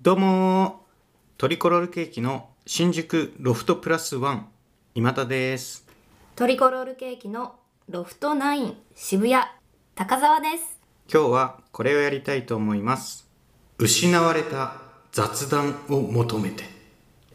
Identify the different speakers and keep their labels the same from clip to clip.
Speaker 1: どうもートリコロールケーキの新宿ロフトプラスワン今田です
Speaker 2: トリコロールケーキのロフトナイン渋谷高沢です
Speaker 1: 今日はこれをやりたいと思います失われた雑談を求めて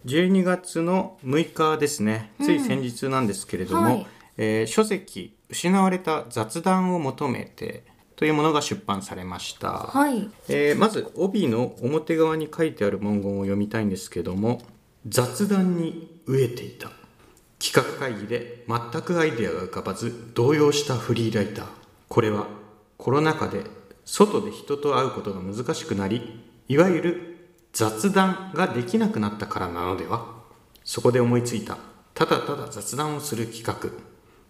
Speaker 1: 12月の6日ですねつい先日なんですけれども、
Speaker 2: はい
Speaker 1: えー書籍「失われた雑談を求めて」というものが出版されました、
Speaker 2: はい
Speaker 1: えーまず帯の表側に書いてある文言を読みたいんですけども雑談に飢えていた企画会議で全くアイデアが浮かばず動揺したフリーライターこれはコロナ禍で外で人と会うことが難しくなりいわゆる雑談ができなくなったからなのではそこで思いついたただただ雑談をする企画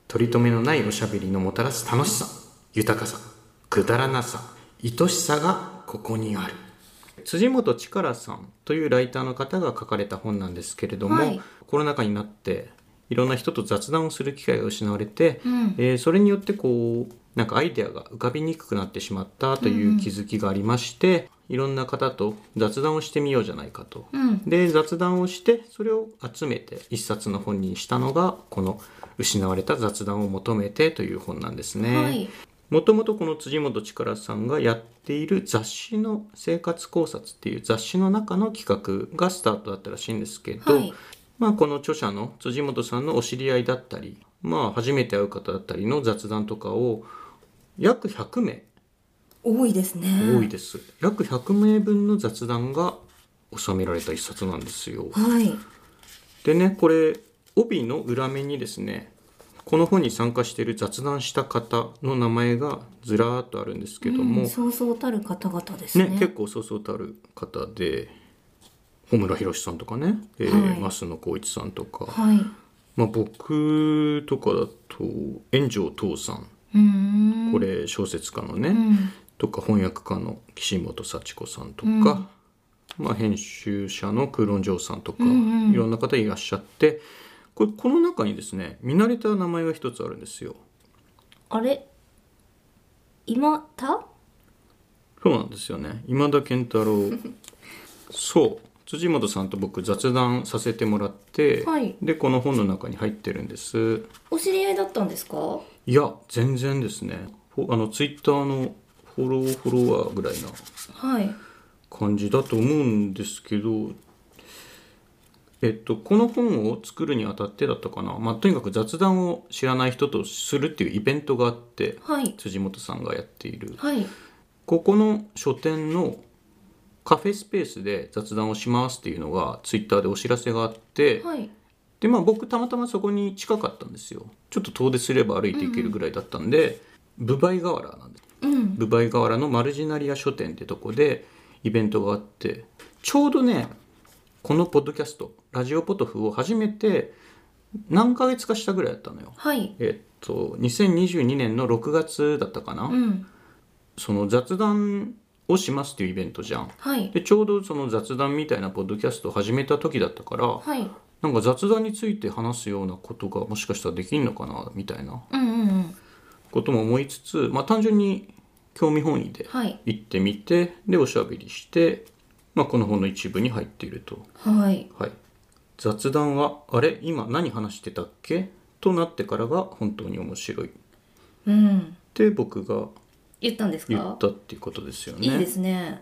Speaker 1: 取り留めのないおしゃべりのもたらす楽しさ豊かさくだらなさ愛しさがここにある辻元力さんというライターの方が書かれた本なんですけれども、
Speaker 2: はい
Speaker 1: コロナ禍になっていろんな人と雑談をする機会が失われて、
Speaker 2: うん
Speaker 1: えーそれによってこうなんかアイデアが浮かびにくくなってしまったという気づきがありまして、いろんな方と雑談をしてみようじゃないかと
Speaker 2: うん
Speaker 1: で雑談をしてそれを集めて一冊の本にしたのがこの「失われた雑談を求めて」という本なんですね。
Speaker 2: はい
Speaker 1: もともとこの辻元力さんがやっている雑誌の「生活考察」っていう雑誌の中の企画がスタートだったらしいんですけど、
Speaker 2: はい
Speaker 1: まあ、この著者の辻元さんのお知り合いだったり、まあ、初めて会う方だったりの雑談とかを約100名
Speaker 2: 多いですね
Speaker 1: 多いです、約100名分の雑談が収められた一冊なんですよ。
Speaker 2: はい
Speaker 1: でねこれ帯の裏面にですねこの本に参加している雑談した方の名前がずらーっとあるんですけども、
Speaker 2: うんそうそうたる方々ですね
Speaker 1: ね、結構そうそうたる方で穂村弘さんとかね、えー
Speaker 2: はい
Speaker 1: 増野光一さんとか、
Speaker 2: はいう
Speaker 1: まあ、僕とかだと炎上父さん
Speaker 2: ーん
Speaker 1: これ小説家のね、
Speaker 2: うん
Speaker 1: とか翻訳家の岸本幸子さんと
Speaker 2: うん
Speaker 1: か、まあ、編集者の空論城さんとか、
Speaker 2: うんうん
Speaker 1: いろんな方いらっしゃってこれこの中にですね見慣れた名前が一つあるんですよ。
Speaker 2: あれ今た
Speaker 1: そうなんですよね今田健太 郎そう辻元さんと僕雑談させてもらって、
Speaker 2: はい
Speaker 1: でこの本の中に入ってるんです
Speaker 2: お知り合いだったんですかはい
Speaker 1: や全然ですねほあのツイッターのフォローフォロワーぐらいない感じだと思うんですけど、えっと、この本を作るにあたってだったかな、まあ、とにかく雑談を知らない人とするっていうイベントがあって
Speaker 2: はい
Speaker 1: 辻元さんがやっている
Speaker 2: はい
Speaker 1: ここの書店のカフェスペースで雑談をしますっていうのがツイッターでお知らせがあって、
Speaker 2: はい
Speaker 1: でまあ僕たまたまそこに近かったんですよちょっと遠出すれば歩いていけるぐらいだったんで、ブバイ河原なんです
Speaker 2: うん
Speaker 1: ブバイ河原のマルジナリア書店ってとこでイベントがあってちょうどねこのポッドキャストラジオポトフを初めて何ヶ月かしたぐらいだったのよ
Speaker 2: はい
Speaker 1: えっと2022年の6月だったかな、
Speaker 2: うん
Speaker 1: その雑談をしますっていうイベントじゃん
Speaker 2: はい
Speaker 1: でちょうどその雑談みたいなポッドキャストを始めた時だったから、
Speaker 2: はい
Speaker 1: なんか雑談について話すようなことがもしかしたらできんのかなみたいな
Speaker 2: うんうんうん
Speaker 1: ことも思いつつまあ単純に興味本位で
Speaker 2: はい
Speaker 1: 行ってみてでおしゃべりして、まあ、この本の一部に入っていると、
Speaker 2: はい
Speaker 1: はい、雑談は「あれ今何話してたっけ?」となってからが本当に面白いっ
Speaker 2: うん
Speaker 1: て僕が
Speaker 2: 言ったんですか
Speaker 1: 言ったっていうことですよね。
Speaker 2: いいですね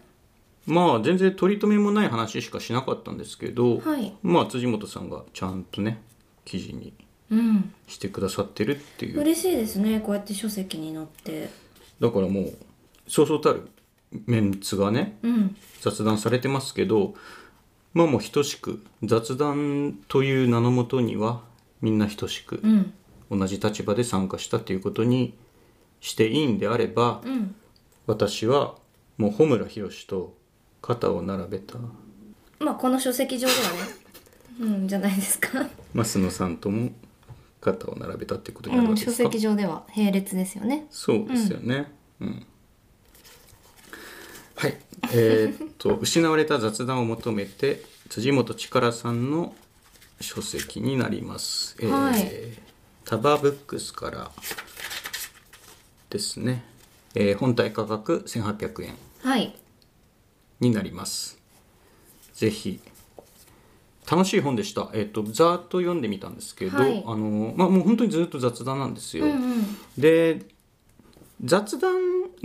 Speaker 1: まあ全然取り留めもない話しかしなかったんですけど、
Speaker 2: はい
Speaker 1: まあ辻元さんがちゃんとね記事に
Speaker 2: うん
Speaker 1: してくださってるっていう
Speaker 2: 嬉しいですねこうやって書籍に載って
Speaker 1: だからもうそうそうたるメンツがね
Speaker 2: うん
Speaker 1: 雑談されてますけどまあもう等しく雑談という名のもとにはみんな等しく
Speaker 2: うん
Speaker 1: 同じ立場で参加したということにしていいんであれば
Speaker 2: うん
Speaker 1: 私はもう穂村弘と肩を並べた
Speaker 2: まあこの書籍上ではね うんじゃないですか
Speaker 1: 増野さんとも肩を並べたってことにな
Speaker 2: う
Speaker 1: るわ
Speaker 2: ん
Speaker 1: けで
Speaker 2: 書
Speaker 1: すか、
Speaker 2: 籍上では並列ですよね
Speaker 1: そうですよね。うん。 はい。えーっと、失われた雑談を求めて、辻元力さんの書籍になります。えー
Speaker 2: はい
Speaker 1: タバブックスからですね。えー本体価格1800円
Speaker 2: はい
Speaker 1: になります。ぜひ楽しい本でした、えっとざーっと読んでみたんですけど、
Speaker 2: はい
Speaker 1: あのまあ、もう本当にずっと雑談なんですよ、
Speaker 2: うんうん
Speaker 1: で雑談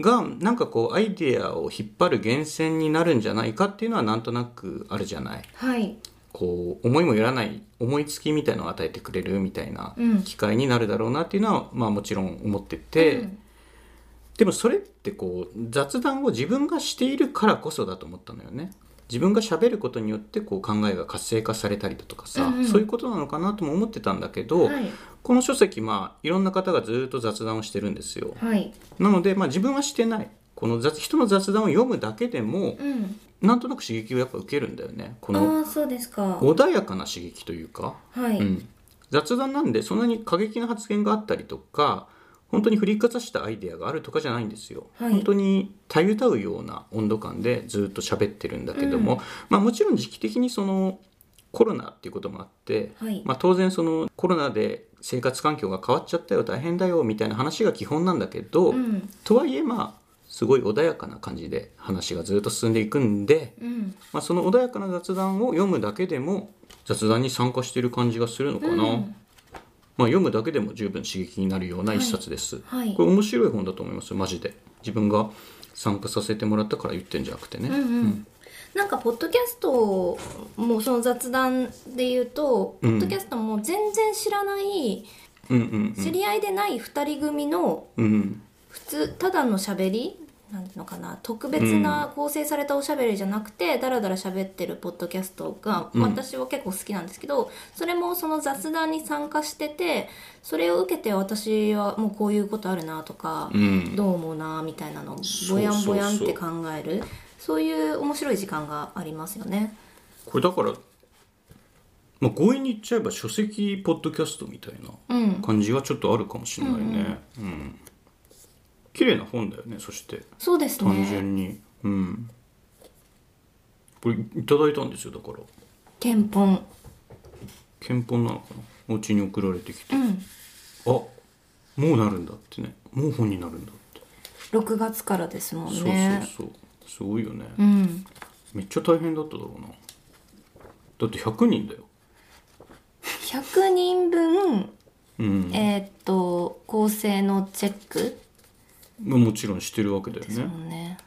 Speaker 1: がなんかこうアイデアを引っ張る源泉になるんじゃないかっていうのはなんとなくあるじゃない
Speaker 2: はい
Speaker 1: こう思いもよらない思いつきみたいのを与えてくれるみたいな
Speaker 2: うん
Speaker 1: 機会になるだろうなっていうのは、まあ、もちろん思ってて、
Speaker 2: うん
Speaker 1: でもそれってこう雑談を自分がしているからこそだと思ったのよね。自分が喋ることによってこう考えが活性化されたりだとかさ、
Speaker 2: うんうん
Speaker 1: そういうことなのかなとも思ってたんだけど、
Speaker 2: はい
Speaker 1: この書籍まあいろんな方がずっと雑談をしてるんですよ。
Speaker 2: はい
Speaker 1: なので、まあ、自分はしてないこの雑人の雑談を読むだけでも
Speaker 2: うん
Speaker 1: なんとなく刺激をやっぱ受けるんだよねこの
Speaker 2: ああそうですか
Speaker 1: 穏やかな刺激というか、
Speaker 2: はい、
Speaker 1: うん、雑談なんでそんなに過激な発言があったりとか本当に振りかざしたアイデアがあるとかじゃないんですよ、
Speaker 2: はい
Speaker 1: 本当にたゆたうような温度感でずっと喋ってるんだけども、
Speaker 2: うん
Speaker 1: まあ、もちろん時期的にそのコロナっていうこともあって、
Speaker 2: はい
Speaker 1: まあ、当然そのコロナで生活環境が変わっちゃったよ大変だよみたいな話が基本なんだけど、
Speaker 2: うん
Speaker 1: とはいえまあすごい穏やかな感じで話がずっと進んでいくんで、
Speaker 2: うん
Speaker 1: まあ、その穏やかな雑談を読むだけでも雑談に参加している感じがするのかな、
Speaker 2: うん
Speaker 1: まあ、読むだけでも十分刺激になるような一冊です、
Speaker 2: はい
Speaker 1: これ面白い本だと思いますマジで自分が参加させてもらったから言ってんじゃなくてね、
Speaker 2: うんうんなんかポッドキャストもその雑談で言うと、
Speaker 1: うん
Speaker 2: ポッドキャストも全然知らない
Speaker 1: うん、うん
Speaker 2: 知り合いでない2人組の
Speaker 1: うんうん
Speaker 2: 普通ただのしゃべりなんていうのかな特別な構成されたおしゃべりじゃなくて、だらだら喋ってるポッドキャストが、
Speaker 1: うん
Speaker 2: 私は結構好きなんですけどそれもその雑談に参加しててそれを受けて私はもうこういうことあるなとか、
Speaker 1: うん
Speaker 2: どう思うなみたいなの
Speaker 1: そ
Speaker 2: を
Speaker 1: うそうそう
Speaker 2: ぼやんぼやんって考えるそういう面白い時間がありますよね。
Speaker 1: これだから、まあ、強引に言っちゃえば書籍ポッドキャストみたいな
Speaker 2: うん、
Speaker 1: 感じはちょっとあるかもしれないねうん、綺麗な本だよねそして
Speaker 2: そうです
Speaker 1: 単
Speaker 2: ね
Speaker 1: 純に、うんこれいただいたんですよだから
Speaker 2: 憲本、
Speaker 1: 憲本なのかなお家に送られてきて、
Speaker 2: う
Speaker 1: あ
Speaker 2: ん、
Speaker 1: もうなるんだってねもう本になるんだって、
Speaker 2: 6月からですもんね。
Speaker 1: そうそうそうすごいよね、
Speaker 2: うん
Speaker 1: めっちゃ大変だっただろうなだって100人だよ
Speaker 2: 100人分、
Speaker 1: うん、
Speaker 2: えーっと構成のチェック
Speaker 1: まあもちろんしてるわけだよ
Speaker 2: ですも
Speaker 1: ね
Speaker 2: んね。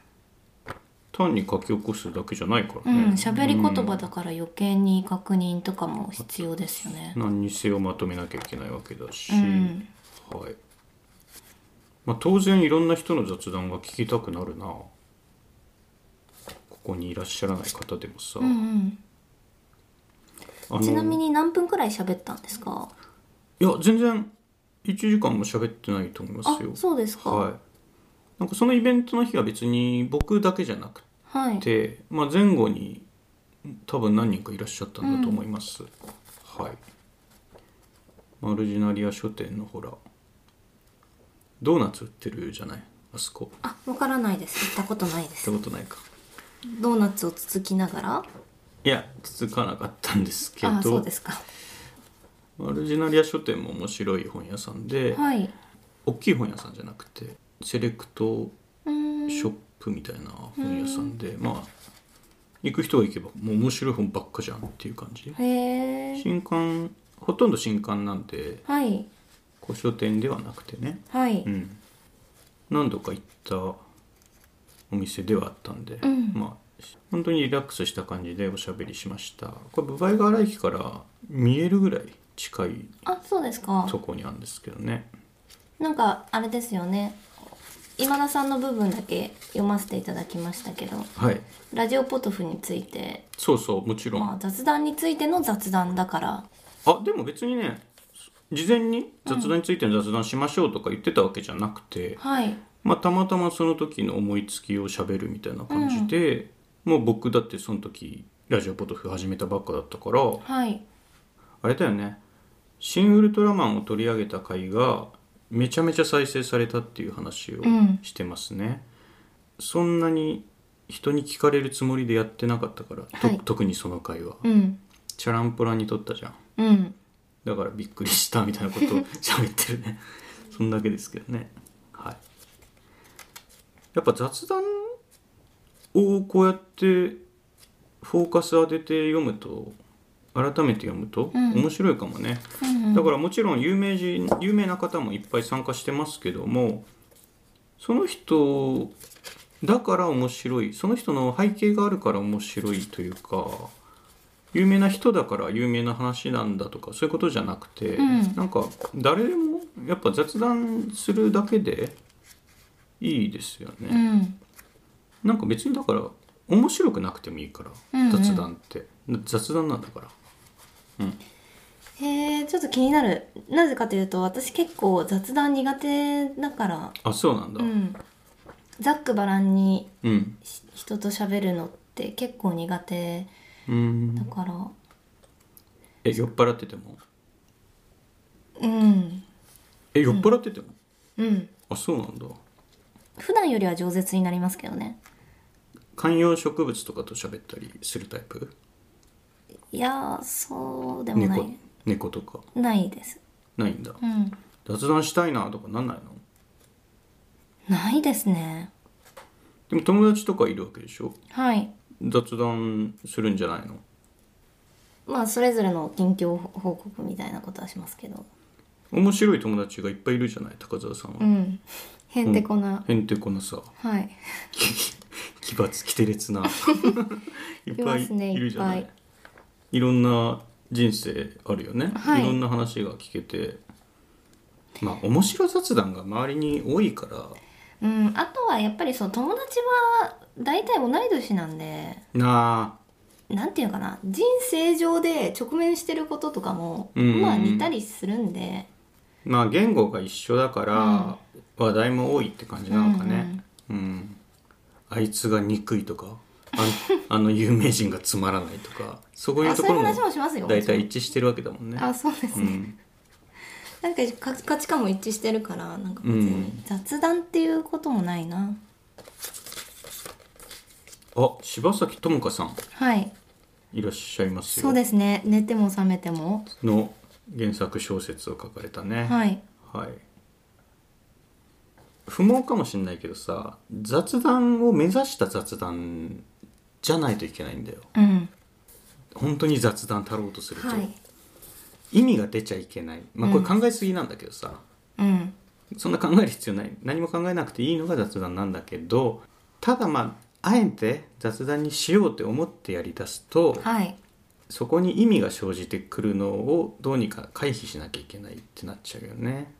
Speaker 1: 単に書き起こすだけじゃないか
Speaker 2: う
Speaker 1: らね、
Speaker 2: ん、喋り言葉だから余計に確認とかも必要ですよね。
Speaker 1: 何にせよまとめなきゃいけないわけだし、
Speaker 2: うん
Speaker 1: はい、まあ、当然いろんな人の雑談が聞きたくなるなここにいらっしゃらない方でもさ、
Speaker 2: うんうん。
Speaker 1: あの
Speaker 2: ちなみに何分くらい喋ったんですか。
Speaker 1: いや全然1時間も喋ってないと思いま
Speaker 2: あ
Speaker 1: すよ、
Speaker 2: そうですか。
Speaker 1: はいなんかそのイベントの日は別に僕だけじゃなく
Speaker 2: はい。
Speaker 1: て、まあ、前後に多分何人かいらっしゃったんだと思います、はいマルジナリア書店のほらドーナツ売ってるじゃないあそこ
Speaker 2: あ、わからないです。行ったことないで
Speaker 1: 行
Speaker 2: す
Speaker 1: っ。たことないか
Speaker 2: ドーナツをつつきながら。
Speaker 1: いや続かなかったんですけ
Speaker 2: あ、そう
Speaker 1: ど
Speaker 2: ですか。
Speaker 1: マルジナリア書店も面白い本屋さんで、
Speaker 2: はい。う
Speaker 1: 大きい本屋さんじゃなくてセレクト
Speaker 2: ーん。
Speaker 1: ショップみたいな本屋さんで、まあ行く人が行けばもう面白い本ばっかじゃんっていう感じ
Speaker 2: へえ。
Speaker 1: 新刊ほとんど新刊なんで
Speaker 2: はい。
Speaker 1: 古書店ではなくてね
Speaker 2: はい。
Speaker 1: うん何度か行ったお店ではあったんで、
Speaker 2: うん
Speaker 1: まあ本当にリラックスした感じでおしゃべりしましたこれ部外川原駅から見えるぐらい近い
Speaker 2: あ、そうですか。
Speaker 1: とこにあるんですけどね
Speaker 2: なんかあれですよね今田さんの部分だけ読ませていただきましたけど
Speaker 1: はい
Speaker 2: ラジオポトフについて、
Speaker 1: そうそうもちろん、
Speaker 2: まあ、雑談についての雑談だから
Speaker 1: あでも別にね事前に雑談についての雑談しましょうとか言ってたわけじゃなくて、
Speaker 2: はい
Speaker 1: まあ、たまたまその時の思いつきをしゃべるみたいな感じで、もう僕だってその時ラジオポトフ始めたばっかだったから
Speaker 2: はい
Speaker 1: あれだよね「シン・ウルトラマン」を取り上げた回がめちゃめちゃ再生されたっていう話を
Speaker 2: うん
Speaker 1: してますね。そんなに人に聞かれるつもりでやってなかったから、と
Speaker 2: はい
Speaker 1: 特にその回は、
Speaker 2: うん
Speaker 1: チャランポランに撮ったじゃん
Speaker 2: うん
Speaker 1: だからびっくりしたみたいな ことを喋ってるねそんだけですけどねはいやっぱ雑談をこうやってフォーカス当てて読むと改めて読むと
Speaker 2: うん
Speaker 1: 面白いかもね、
Speaker 2: うん
Speaker 1: だからもちろん有名人有名な方もいっぱい参加してますけどもその人だから面白いその人の背景があるから面白いというか有名な人だから有名な話なんだとかそういうことじゃなくて、
Speaker 2: うん
Speaker 1: なんか誰でもやっぱ雑談するだけでいいですよね。
Speaker 2: うん
Speaker 1: なんか別にだから面白くなくてもいいから、
Speaker 2: うんうん
Speaker 1: 雑談って雑談なんだから
Speaker 2: へえちょっと気になるなぜかというと私結構雑談苦手だから
Speaker 1: あそうなんだ
Speaker 2: うんざっくばらんに
Speaker 1: うん
Speaker 2: し人と喋るのって結構苦手
Speaker 1: うん
Speaker 2: だから
Speaker 1: え酔っ払ってても
Speaker 2: うん
Speaker 1: え酔っ払ってても、
Speaker 2: うん
Speaker 1: あそうなんだ
Speaker 2: 普段よりは饒舌になりますけどね
Speaker 1: 観葉植物とかと喋ったりするタイプ
Speaker 2: いやーそうでもな
Speaker 1: 猫
Speaker 2: い
Speaker 1: 猫とか
Speaker 2: ないです
Speaker 1: ないんだ
Speaker 2: うん
Speaker 1: 雑談したいなとかなんないの
Speaker 2: ないですね
Speaker 1: でも友達とかいるわけでしょ
Speaker 2: はい
Speaker 1: 雑談するんじゃないの
Speaker 2: まあそれぞれの近況報告みたいなことはしますけど
Speaker 1: 面白い友達がいっぱいいるじゃない高澤さんは、
Speaker 2: うんへんてこな、
Speaker 1: へんてこなさ
Speaker 2: はい
Speaker 1: 奇抜奇てれ つないっぱい
Speaker 2: いますね
Speaker 1: いるじゃない
Speaker 2: い
Speaker 1: い
Speaker 2: っぱ
Speaker 1: ろんな人生あるよね、
Speaker 2: はい
Speaker 1: いろんな話が聞けてまあ面白雑談が周りに多いから
Speaker 2: うんあとはやっぱりその友達は大体同い年なんで
Speaker 1: なあ
Speaker 2: なんていうのかな人生上で直面してることとかも、
Speaker 1: うんうんうん
Speaker 2: まあ似たりするんで
Speaker 1: まあ言語が一緒だから話題も多いって感じなのかねうん、あいつが憎いとか ああの有名人がつまらないとかそういう
Speaker 2: あ
Speaker 1: と
Speaker 2: そう
Speaker 1: こ
Speaker 2: いう
Speaker 1: ろも
Speaker 2: 話もしますよ
Speaker 1: 大体一致してるわけだもんね
Speaker 2: あそうです
Speaker 1: う
Speaker 2: ね、
Speaker 1: ん
Speaker 2: なんかか価値観も一致してるからなんか別
Speaker 1: う
Speaker 2: に
Speaker 1: ん
Speaker 2: 雑談っていうこともないな、
Speaker 1: あ柴咲友香さん
Speaker 2: はい
Speaker 1: いらっしゃいますよ
Speaker 2: そうですね寝ても覚めても
Speaker 1: の原作小説を書かれたね
Speaker 2: はい
Speaker 1: はい、不毛かもしれないけどさ雑談を目指した雑談じゃないといけないんだよ
Speaker 2: うん
Speaker 1: 本当に雑談たろうとすると、
Speaker 2: はい
Speaker 1: 意味が出ちゃいけないまあこれ考えすぎなんだけどさ、
Speaker 2: うん
Speaker 1: そんな考える必要ない何も考えなくていいのが雑談なんだけどただまああえて雑談にしようって思ってやりだすと、
Speaker 2: はい
Speaker 1: そこに意味が生じてくるのをどうにか回避しなきゃいけないってなっちゃうよね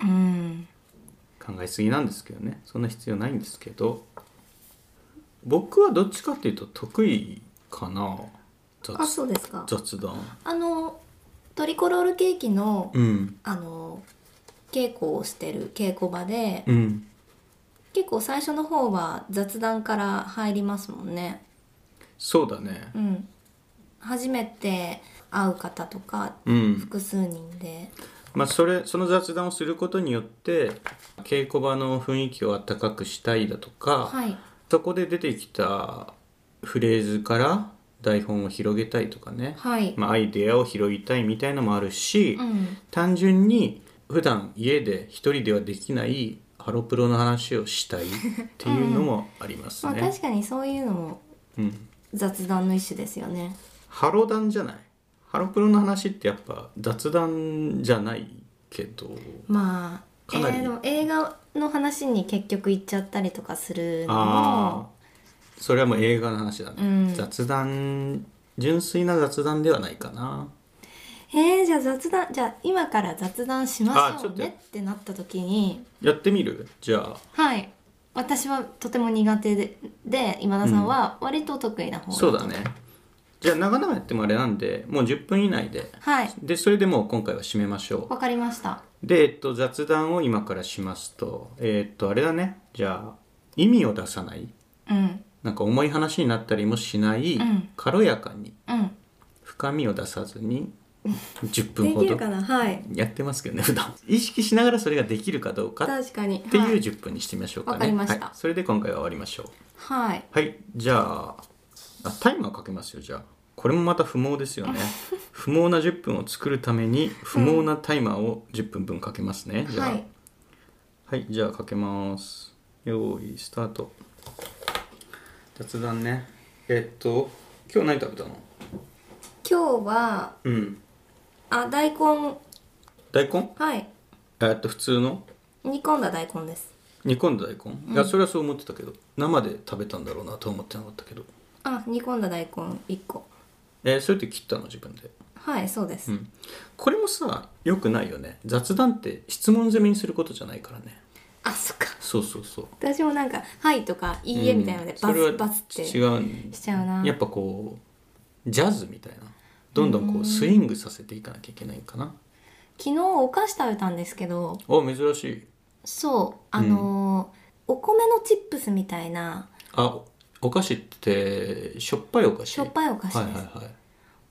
Speaker 2: うん
Speaker 1: 考えすぎなんですけどねそんな必要ないんですけど僕はどっちかっていうと得意かな
Speaker 2: あ
Speaker 1: 雑
Speaker 2: そうですか
Speaker 1: 雑談
Speaker 2: あのトリコロールケーキの、
Speaker 1: うん
Speaker 2: あの稽古をしてる稽古場で、
Speaker 1: うん
Speaker 2: 結構最初の方は雑談から入りますもんね
Speaker 1: そうだね
Speaker 2: うん初めて会う方とか
Speaker 1: うん
Speaker 2: 複数人で
Speaker 1: まあそれその雑談をすることによって稽古場の雰囲気を温かくしたいだとか、
Speaker 2: はい
Speaker 1: そこで出てきたフレーズから台本を広げたいとかね、
Speaker 2: はい、
Speaker 1: まあ、アイデアを拾いたいみたいのもあるし、
Speaker 2: うん
Speaker 1: 単純に普段家で一人ではできないハロプロの話をしたいっていうのもあります
Speaker 2: まあ
Speaker 1: ね。
Speaker 2: 確かに そういうのも
Speaker 1: うん、
Speaker 2: 雑談の一種ですよね
Speaker 1: ハロ談じゃないハロプロの話ってやっぱ雑談じゃないけど
Speaker 2: まあ、え
Speaker 1: かなり
Speaker 2: ーでも映画の話に結局行っちゃったりとかするの
Speaker 1: ああ
Speaker 2: も
Speaker 1: それはもう映画の話だね、
Speaker 2: うん
Speaker 1: 雑談純粋な雑談ではないかな
Speaker 2: えー、じゃあ雑談じゃあ今から雑談しま
Speaker 1: あ
Speaker 2: し
Speaker 1: ち
Speaker 2: ょ
Speaker 1: ょ
Speaker 2: う
Speaker 1: っと
Speaker 2: ねってなった時に
Speaker 1: やってみるじゃ
Speaker 2: はい私はとても苦手でで今田さんは割と得意な
Speaker 1: あ
Speaker 2: 方
Speaker 1: そうだねじゃあ長々やってもあれなんでもう10分以内で
Speaker 2: はい
Speaker 1: でそれでもう今回は締めましょ
Speaker 2: わかりました
Speaker 1: うで、えっと、雑談を今からしますとえっとあれだねじゃあ意味を出さない
Speaker 2: うん
Speaker 1: なんか重い話になったりもしない、
Speaker 2: うん
Speaker 1: 軽やかに
Speaker 2: うん
Speaker 1: 深みを出さずに10分
Speaker 2: で
Speaker 1: ほ
Speaker 2: き
Speaker 1: ど
Speaker 2: るかなはい
Speaker 1: やってますけどね普段意識しながらそれができるかどうかっ
Speaker 2: 確かに
Speaker 1: て
Speaker 2: はいいう
Speaker 1: 10分にしてみましょうかね
Speaker 2: わかりました
Speaker 1: はい、それで今回は終わりましょう
Speaker 2: はい
Speaker 1: はいじゃああタイマーかけますよじゃあこれもまた不毛ですよ ね不毛な10分を作るために不毛なタイマーを10分分かけますね、じゃあ
Speaker 2: はい
Speaker 1: はいじゃあかけますよーいスタート雑談ねえっと今日何食べたの
Speaker 2: 今日は
Speaker 1: うん
Speaker 2: あ大根
Speaker 1: 大根
Speaker 2: はい
Speaker 1: えーっと普通の
Speaker 2: 煮込んだ大根です
Speaker 1: 煮込んだ大根、いやそれはそう思ってたけど生で食べたんだろうなとは思ってなかったけど
Speaker 2: あ煮込んだ大根一個
Speaker 1: えーそれって切ったの自分で
Speaker 2: はいそうです、
Speaker 1: うんこれもさ良くないよね雑談って質問攻めにすることじゃないからね
Speaker 2: あそっか
Speaker 1: そうそうそう
Speaker 2: 私もなんか「はい」とか「いいえ」みたいなので
Speaker 1: うん
Speaker 2: バ
Speaker 1: それは
Speaker 2: ツバツって
Speaker 1: 違
Speaker 2: し
Speaker 1: うん
Speaker 2: ちゃうな
Speaker 1: やっぱこうジャズみたいなどんどんこうスイングさせていかなきゃいけないんかな
Speaker 2: 昨日お菓子食べたんですけど
Speaker 1: お珍しい
Speaker 2: そうあのーお米のチップスみたいな
Speaker 1: あお菓子ってしょっぱいお菓子
Speaker 2: しょっぱいお菓子です、
Speaker 1: はいはいはい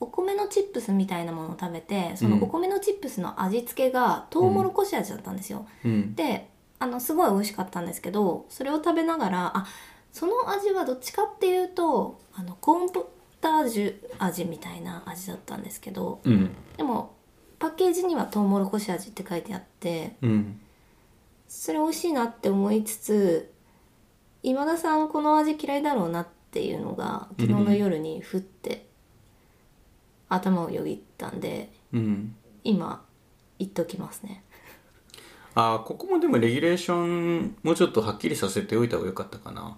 Speaker 2: お米のチップスみたいなものを食べてその
Speaker 1: うん
Speaker 2: お米のチップスの味付けがトウモロコシ味だったんですよ、
Speaker 1: うん
Speaker 2: であのすごい美味しかったんですけどそれを食べながらあその味はどっちかっていうとあのコーンポタージュ味みたいな味だったんですけど
Speaker 1: うん
Speaker 2: でもパッケージにはトウモロコシ味って書いてあって
Speaker 1: うん
Speaker 2: それ美味しいなって思いつつ今田さんこの味嫌いだろうなっていうのが昨日の夜にふって頭をよぎったんで
Speaker 1: うん
Speaker 2: 今言っときますね
Speaker 1: あーここもでもレギュレーションもうちょっとはっきりさせておいた方がよかったかな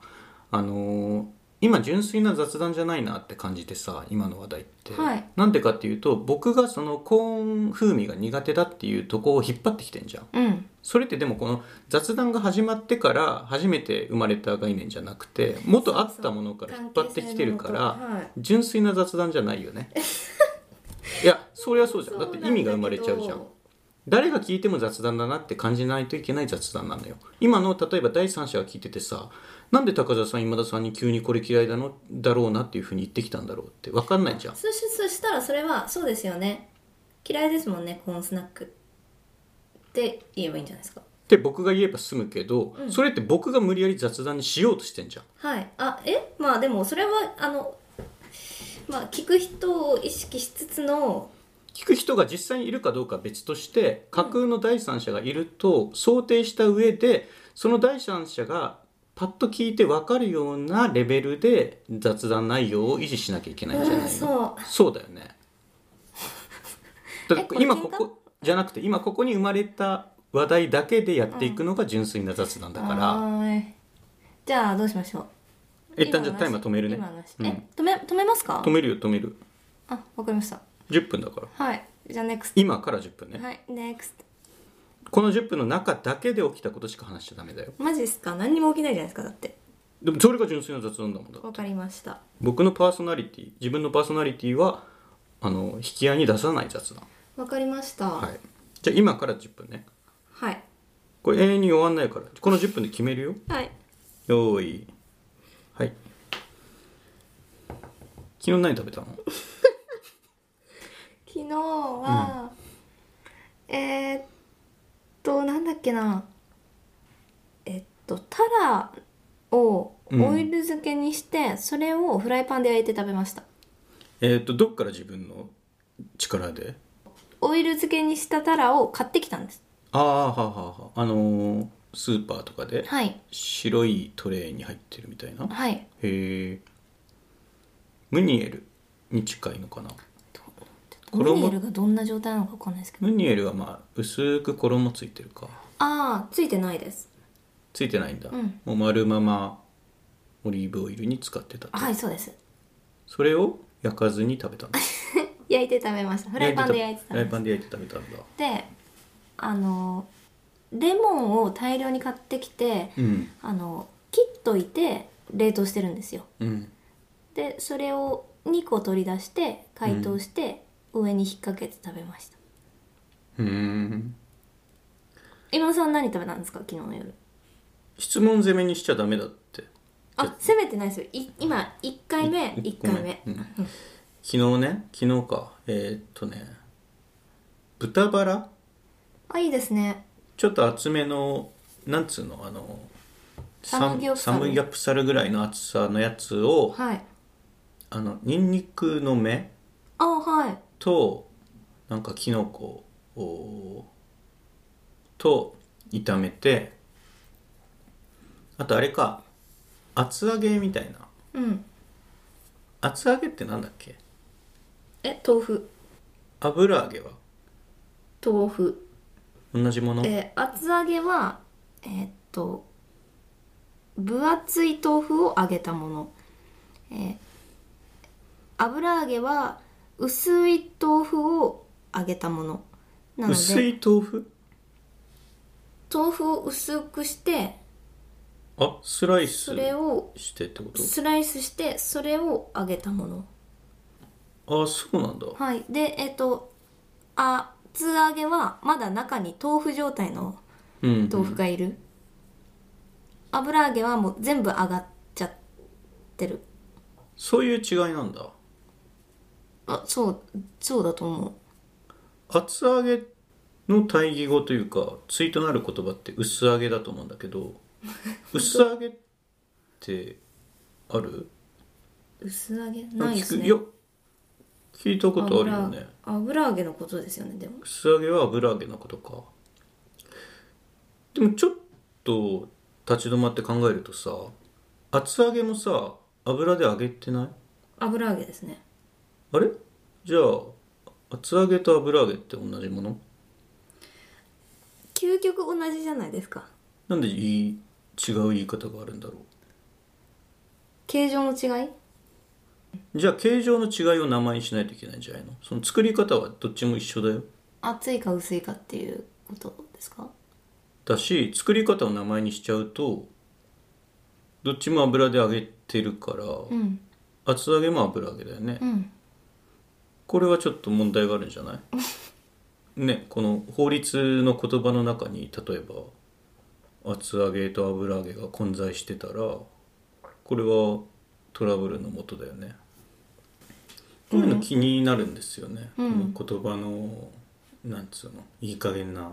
Speaker 1: あのー今純粋な雑談じゃないなって感じてさ今の話題って、
Speaker 2: はい
Speaker 1: なんでかっていうと僕がそのコーン風味が苦手だっていうとこを引っ張ってきてんじゃん
Speaker 2: うん
Speaker 1: それってでもこの雑談が始まってから初めて生まれた概念じゃなくて元あったものから引っ張ってきてるから
Speaker 2: はい
Speaker 1: 純粋な雑談じゃないよねいやそれはそうじゃんだって意味が生まれちゃうじゃん誰が聞いても雑談だなって感じないといけない雑談なのよ今の例えば第三者が聞いててさなんで高田さん今田さんに急にこれ嫌いだのだろうなっていうふうに言ってきたんだろうって分かんないじゃん
Speaker 2: そしそしたらそれはそうですよね嫌いですもんねコーンスナックって言えばいいんじゃないですか
Speaker 1: で僕が言えば済むけど、
Speaker 2: うん
Speaker 1: それって僕が無理やり雑談にしようとしてんじゃん
Speaker 2: はいあえまあでもそれはあのまあ聞く人を意識しつつの
Speaker 1: 聞く人が実際にいるかどうかは別として架空の第三者がいると想定した上でその第三者がパッと聞いて分かるようなレベルで雑談内容を維持しなきゃいけないんじゃ
Speaker 2: う
Speaker 1: なんいの
Speaker 2: そ
Speaker 1: そうだよねだって
Speaker 2: えこれ
Speaker 1: 今
Speaker 2: 喧
Speaker 1: こ
Speaker 2: 嘩
Speaker 1: こじゃなくて今ここに生まれた話題だけでやっていくのが純粋な雑談
Speaker 2: う
Speaker 1: だか
Speaker 2: は
Speaker 1: ら
Speaker 2: ーいじゃあどうしましょう
Speaker 1: 一旦じゃあ
Speaker 2: 今の話
Speaker 1: タイマー止めるね
Speaker 2: 今の話
Speaker 1: うん
Speaker 2: え止め止めますか
Speaker 1: 止めるよ止める
Speaker 2: あわかりました
Speaker 1: 10分だから
Speaker 2: はいじゃあ NEXT
Speaker 1: 今から10分ね、
Speaker 2: はい NEXT
Speaker 1: この10分の中だけで起きたことしか話しちゃダメだよ
Speaker 2: マジですか何にも起きないじゃないですかだって
Speaker 1: でもそれが純粋な雑談だもんだ
Speaker 2: わかりました
Speaker 1: 僕のパーソナリティ自分のパーソナリティはあの引き合いに出さない雑談
Speaker 2: わかりました
Speaker 1: は
Speaker 2: はい
Speaker 1: じゃあ今から10分ね
Speaker 2: はい、
Speaker 1: これ永遠に終わんないからこの10分で決めるよ
Speaker 2: はい
Speaker 1: よーいはい昨日何食べたの
Speaker 2: 昨日は、えー、っとなんだっけなえっとタラを
Speaker 1: うん
Speaker 2: オイル漬けにして、それをフライパンで焼いて食べました
Speaker 1: えっ、とどっから自分の力で
Speaker 2: オイル漬けにしたタラを買ってきたんです
Speaker 1: ああはあはあはああのースーパーとかで
Speaker 2: はい
Speaker 1: 白いトレーに入ってるみたいなへ
Speaker 2: はい
Speaker 1: えムニエルに近いのかな
Speaker 2: ム
Speaker 1: 衣
Speaker 2: ニエルがどんな状態なのかわかんないですけど
Speaker 1: ムニエルはまあ薄く衣ついてるか
Speaker 2: ああついてないです
Speaker 1: ついてないんだ、
Speaker 2: うん
Speaker 1: もう丸ままオリーブオイルに使ってたと
Speaker 2: はいそうです
Speaker 1: それを焼かずに食べ たんだ
Speaker 2: 焼いて食べましたフライパンで焼いて食
Speaker 1: フラ
Speaker 2: べ
Speaker 1: イ
Speaker 2: ました
Speaker 1: パンで焼いて食べたんだ
Speaker 2: であのレモンを大量に買ってきて
Speaker 1: うん
Speaker 2: あの切っといて冷凍してるんですよ
Speaker 1: うん
Speaker 2: でそれを2個取り出して解凍して、上に引っ掛けて食べました
Speaker 1: うーん
Speaker 2: 今田さん何食べたんですか昨日の夜
Speaker 1: 質問攻めにしちゃダメだって
Speaker 2: あ攻めてないですよい今1回目1回目、
Speaker 1: うん昨日ね昨日かえー、っとね豚バラ
Speaker 2: あいいですね
Speaker 1: ちょっと厚めのなんつうのあの
Speaker 2: サムギョプサル
Speaker 1: サムギョプサルぐらいの厚さのやつを
Speaker 2: はい
Speaker 1: あのニンニクの芽
Speaker 2: あはい
Speaker 1: となんかきのこをと炒めてあとあれか厚揚げみたいな
Speaker 2: うん
Speaker 1: 厚揚げってなんだっけ
Speaker 2: え豆腐
Speaker 1: 油揚げは
Speaker 2: 豆腐
Speaker 1: 同じもの
Speaker 2: えー厚揚げはえーっと分厚い豆腐を揚げたもの、えー油揚げは薄い豆腐を揚げたものなの
Speaker 1: 薄
Speaker 2: で
Speaker 1: い豆腐
Speaker 2: 豆腐を薄くして
Speaker 1: あスライス
Speaker 2: それを
Speaker 1: してってこと
Speaker 2: スライスしてそれを揚げたもの
Speaker 1: あそうなんだ
Speaker 2: はいでえっ、と厚揚げはまだ中に豆腐状態の
Speaker 1: うん
Speaker 2: 豆腐がいる、油揚げはもう全部揚がっちゃってる
Speaker 1: そういう違いなんだ
Speaker 2: あそうそうだと思う
Speaker 1: 厚揚げの対義語というか対となる言葉って薄揚げだと思うんだけ ど薄揚げってある
Speaker 2: 薄揚げないです
Speaker 1: 聞く
Speaker 2: ね
Speaker 1: いや聞いたことあるよね
Speaker 2: 油油揚げのことですよねでも
Speaker 1: 薄揚げは油揚げのことかでもちょっと立ち止まって考えるとさ厚揚げもさ油で揚げてない
Speaker 2: 油揚げですね
Speaker 1: あれじゃあ厚揚げと油揚げって同じもの
Speaker 2: 究極同じじゃないですか
Speaker 1: なんで言い違う言い方があるんだろ
Speaker 2: 形状の違いう
Speaker 1: じゃあ形状の違いを名前にしないといけないんじゃないのその作り方はどっちも一緒だよ
Speaker 2: 厚いか薄いかっていうことですか
Speaker 1: だし作り方を名前にしちゃうとどっちも油で揚げてるから、
Speaker 2: うん
Speaker 1: 厚揚げも油揚げだよね、
Speaker 2: うん
Speaker 1: これはちょっと問題があるんじ ゃないねこの法律の言葉の中に例えば厚揚げと油揚げが混在してたらこれはトラブルのもとだよねこういうの気になるんですよね、この言葉のなんつうのいい加減な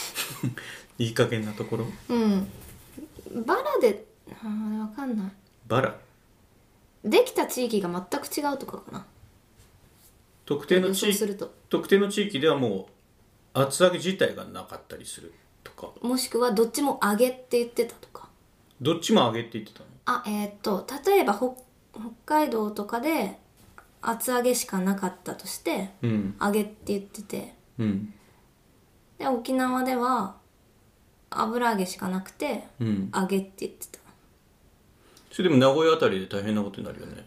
Speaker 1: いい加減なところ
Speaker 2: うんバラであーわかんない
Speaker 1: バラ
Speaker 2: できた地域が全く違うとかかな
Speaker 1: 特定の
Speaker 2: 予
Speaker 1: 地
Speaker 2: 想す
Speaker 1: 域
Speaker 2: ると
Speaker 1: 特定の地域ではもう厚揚げ自体がなかったりするとか
Speaker 2: もしくはどっちも揚げって言ってたとか
Speaker 1: どっちも揚げって言ってたの
Speaker 2: あえーっと例えば北北海道とかで厚揚げしかなかったとして
Speaker 1: うん
Speaker 2: 揚げって言ってて
Speaker 1: うん
Speaker 2: で沖縄では油揚げしかなくて
Speaker 1: うん
Speaker 2: 揚げって言ってた
Speaker 1: それでも名古屋あたりで大変なことになるよ ね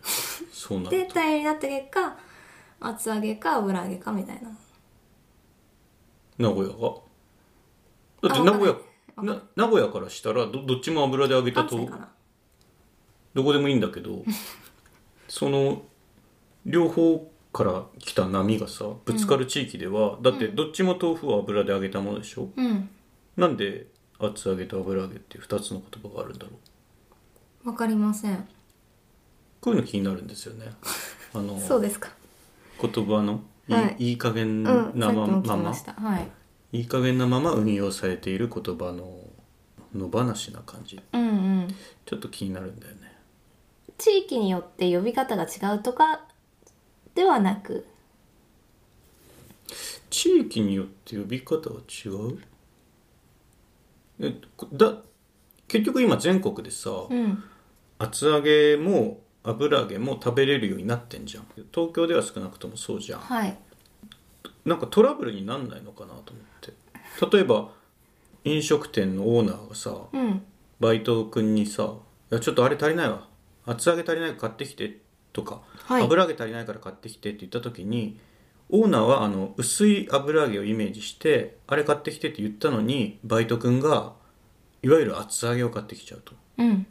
Speaker 1: そうな
Speaker 2: で
Speaker 1: ると
Speaker 2: 大変になった結果厚揚げか油揚げかみたいな
Speaker 1: 名古屋がだって
Speaker 2: あ
Speaker 1: 名古屋
Speaker 2: わ
Speaker 1: な名古屋からしたらどどっちも油で揚げた
Speaker 2: 関西
Speaker 1: と
Speaker 2: かな
Speaker 1: どこでもいいんだけ どその両方から来た波がさぶつかる地域では、だってどっちも豆腐は油で揚げたものでしょ、
Speaker 2: うん
Speaker 1: なんで厚揚げと油揚げっていう2つの言葉があるんだろう
Speaker 2: わかりません
Speaker 1: こういうの気になるんですよ ねあの
Speaker 2: そうですか
Speaker 1: 言葉のいい,、
Speaker 2: はい
Speaker 1: い、い加減な
Speaker 2: うん、さっき
Speaker 1: ま,、
Speaker 2: も聞き
Speaker 1: ま
Speaker 2: ま
Speaker 1: ま
Speaker 2: した。はい。
Speaker 1: いい加減なまま運用されている言葉の野放しな感じ
Speaker 2: うんうん。
Speaker 1: ちょっと気になるんだよね
Speaker 2: 地域によって呼び方が違うとかではなく、
Speaker 1: 地域によって呼び方は違うえこだ結局今全国でさ、
Speaker 2: うん、
Speaker 1: 厚揚げも油揚げも食べれるようになってんじゃん東京では少なくともそうじゃん
Speaker 2: はい。
Speaker 1: なんかトラブルになんないのかなと思って例えば飲食店のオーナーがさ
Speaker 2: うん、
Speaker 1: バイト君にさ「いやちょっとあれ足りないわ厚揚げ足りないから買ってきて」とか、
Speaker 2: はい
Speaker 1: 油揚げ足りないから買ってきて」って言った時にオーナーはあの薄い油揚げをイメージして「あれ買ってきて」って言ったのにバイト君がいわゆる厚揚げを買ってきちゃうと。
Speaker 2: うん、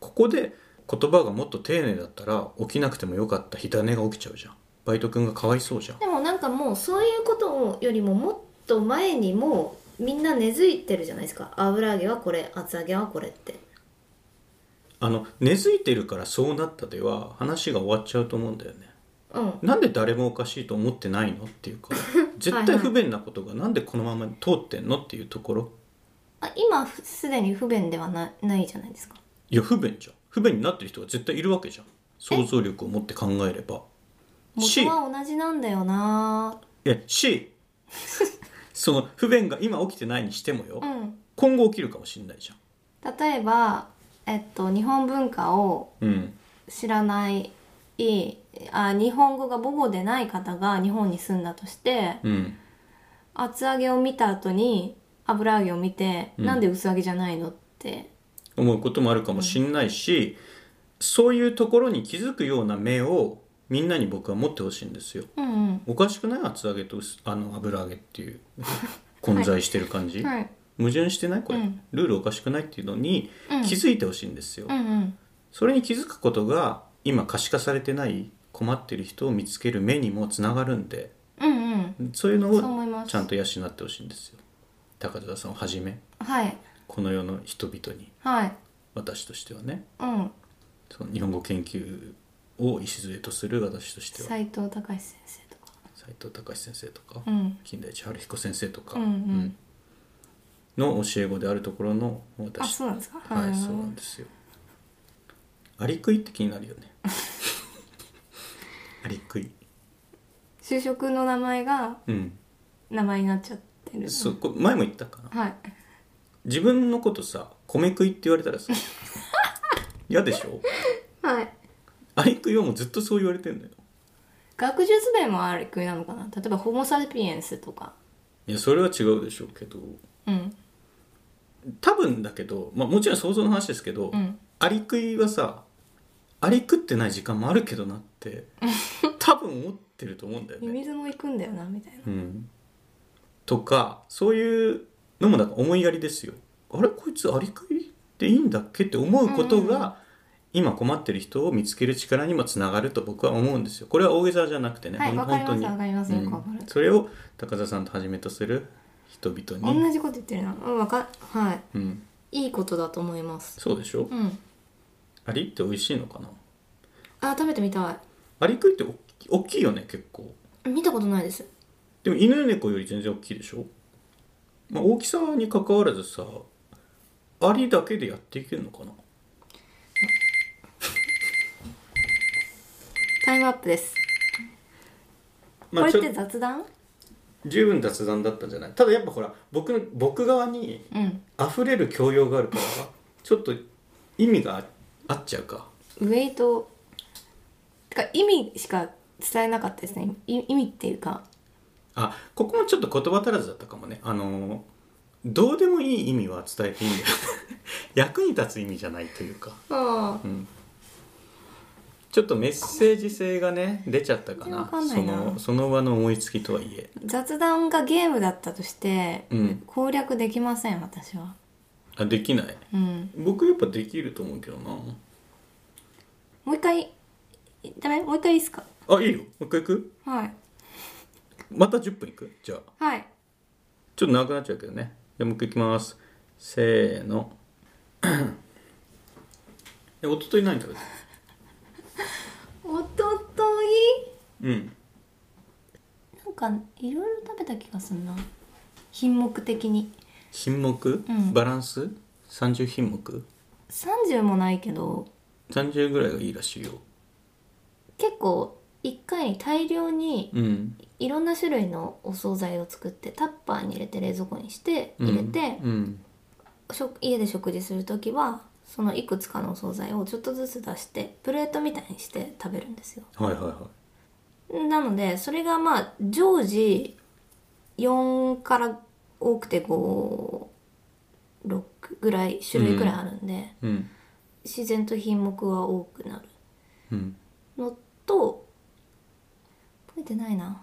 Speaker 1: ここで言葉がもっと丁寧だったら起きなくてもよかった火種が起きちゃうじゃんバイト君がかわいそうじゃん
Speaker 2: でもなんかもうそういうことよりももっと前にもうみんな根付いてるじゃないですか。油揚げはこれ、厚揚げはこれって。
Speaker 1: あの根付いてるからそうなったでは話が終わっちゃうと思うんだよね
Speaker 2: うん、
Speaker 1: なんで誰もおかしいと思ってないのっていう か絶対不便なことがなんでこのまま通ってんのっていうところ
Speaker 2: あ今ふすでに不便ではなないじゃないですか。
Speaker 1: いや不便じゃん不便になってる人が絶対いるわけじゃん想像力を持って考えれば
Speaker 2: 元は同じなんだよな。
Speaker 1: いや しその不便が今起きてないにしてもよ、
Speaker 2: うん、
Speaker 1: 今後起きるかもしんないじゃん
Speaker 2: 例えばえっと日本文化を
Speaker 1: うん
Speaker 2: 知らないあ日本語が母語でない方が日本に住んだとして
Speaker 1: うん
Speaker 2: 厚揚げを見た後に油揚げを見て、
Speaker 1: うん
Speaker 2: なんで薄揚げじゃないのって
Speaker 1: 思うこともあるかもしんないし、そういうところに気づくような目をみんなに僕は持ってほしいんですよ
Speaker 2: うん
Speaker 1: おかしくない厚揚げと薄あの油揚げっていう 混在してる感
Speaker 2: う
Speaker 1: じ、
Speaker 2: んはい
Speaker 1: 矛盾してないこれ、
Speaker 2: うん
Speaker 1: ルールおかしくないっていうのに
Speaker 2: うん
Speaker 1: 気づいてほしいんですよ、
Speaker 2: うんうん
Speaker 1: それに気づくことが今可視化されてない困ってる人を見つける目にもつながるんで
Speaker 2: うんうん
Speaker 1: そういうの
Speaker 2: そう思い
Speaker 1: を
Speaker 2: ます
Speaker 1: ちゃんと養ってほしいんですよ高田さんをはじめ
Speaker 2: はい
Speaker 1: この世の人々に
Speaker 2: はい
Speaker 1: 私としてはね
Speaker 2: うん
Speaker 1: その日本語研究を礎とする私としては
Speaker 2: 斉藤隆先生とか
Speaker 1: 斉藤隆先生とか、
Speaker 2: うん
Speaker 1: 金田一春彦先生とか、
Speaker 2: うんうん
Speaker 1: の教え子であるところの
Speaker 2: あ
Speaker 1: 私
Speaker 2: そうなんですか
Speaker 1: は
Speaker 2: う
Speaker 1: い
Speaker 2: ん
Speaker 1: そうなんですよアリクイって気になる よねアリクイ
Speaker 2: 就職の名前が
Speaker 1: うん
Speaker 2: 名前になっちゃってる
Speaker 1: そうこ前も言ったかな
Speaker 2: はい
Speaker 1: 自分のことさ米食いって言われた らさ嫌でしょ
Speaker 2: はい
Speaker 1: アリクイはもうずっとそう言われてんだよ
Speaker 2: 学術名もある国なのかな例えばホモ・サピエンスとか
Speaker 1: いやそれは違うでしょうけど
Speaker 2: うん
Speaker 1: 多分だけど、まあ、もちろん想像の話ですけど、
Speaker 2: うん
Speaker 1: アリクイはさアリ食ってない時間もあるけどなって 多分思ってると思うんだよ
Speaker 2: ミ
Speaker 1: ね。
Speaker 2: ミズも行くんだよなみたいな
Speaker 1: うん、とかそういうのもなんか思いやりですよ。あれこいつアリクイっていいんだっけって思うことが、今困ってる人を見つける力にもつながると僕は思うんですよ。これは大げさじゃなくてね、
Speaker 2: はい
Speaker 1: ほん
Speaker 2: わかります
Speaker 1: 本当に
Speaker 2: わかりますよくわかる
Speaker 1: うんそれを高田さんとはじめとする人々に、
Speaker 2: 同じこと言ってるなうんわかは
Speaker 1: うん、
Speaker 2: いいいことだと思います
Speaker 1: そうでしょ、
Speaker 2: うん
Speaker 1: アリって美味しいのかな
Speaker 2: あ食べてみた
Speaker 1: アリクイっておっき大きいよね結構
Speaker 2: い見たことないです
Speaker 1: でも犬猫より全然大きいでしょ、まあ、大きさに関わらずさアリだけでやっていけるのかな
Speaker 2: タイムアップです
Speaker 1: ま
Speaker 2: こ
Speaker 1: あ
Speaker 2: れっ
Speaker 1: ちょ
Speaker 2: て雑談
Speaker 1: 十分雑談だったんじゃないただやっぱほら僕の僕側に
Speaker 2: うん
Speaker 1: 溢れる教養があるからちょっと意味があ合っちゃうか
Speaker 2: ウェイトてか意味しか伝えなかったですねい意味っていうか
Speaker 1: あここもちょっと言葉足らずだったかもねあのーどうでもいい意味は伝えていいんだよ 役に立つ意味じゃないというか
Speaker 2: ああ
Speaker 1: うんちょっとメッセージ性がね出ちゃったかな
Speaker 2: わかんな
Speaker 1: そ
Speaker 2: いな
Speaker 1: のその場の思いつきとはいえ
Speaker 2: 雑談がゲームだったとして、
Speaker 1: うん
Speaker 2: 攻略できません私は
Speaker 1: あできない
Speaker 2: うん
Speaker 1: 僕やっぱできると思うけどな
Speaker 2: もう一回ダメもう一回いいですか
Speaker 1: あいいよもう一回行く
Speaker 2: はい
Speaker 1: また10分行くじゃあ
Speaker 2: はい
Speaker 1: ちょっと長くなっちゃうけどねじゃあもう一回行きますせーの え一昨日何食べた
Speaker 2: おとと
Speaker 1: うん
Speaker 2: いなんかいろいろ食べた気がすんな品目的に
Speaker 1: 品目、
Speaker 2: ん
Speaker 1: バランス30品目
Speaker 2: 30もないけど
Speaker 1: 30ぐらいがいいらしいよ
Speaker 2: 結構一回に大量に
Speaker 1: うん
Speaker 2: いろんな種類のお惣菜を作ってタッパーに入れて冷蔵庫にして入れて、
Speaker 1: うん
Speaker 2: 食家で食事する時はそのいくつかのお惣菜をちょっとずつ出してプレートみたいにして食べるんですよ
Speaker 1: うん、はいはいは
Speaker 2: なのでそれがまあ常時4から多くて56ぐらい種類くらいあるんで、
Speaker 1: いうん
Speaker 2: 自然と品目は多くなる
Speaker 1: うん
Speaker 2: のと覚えてないな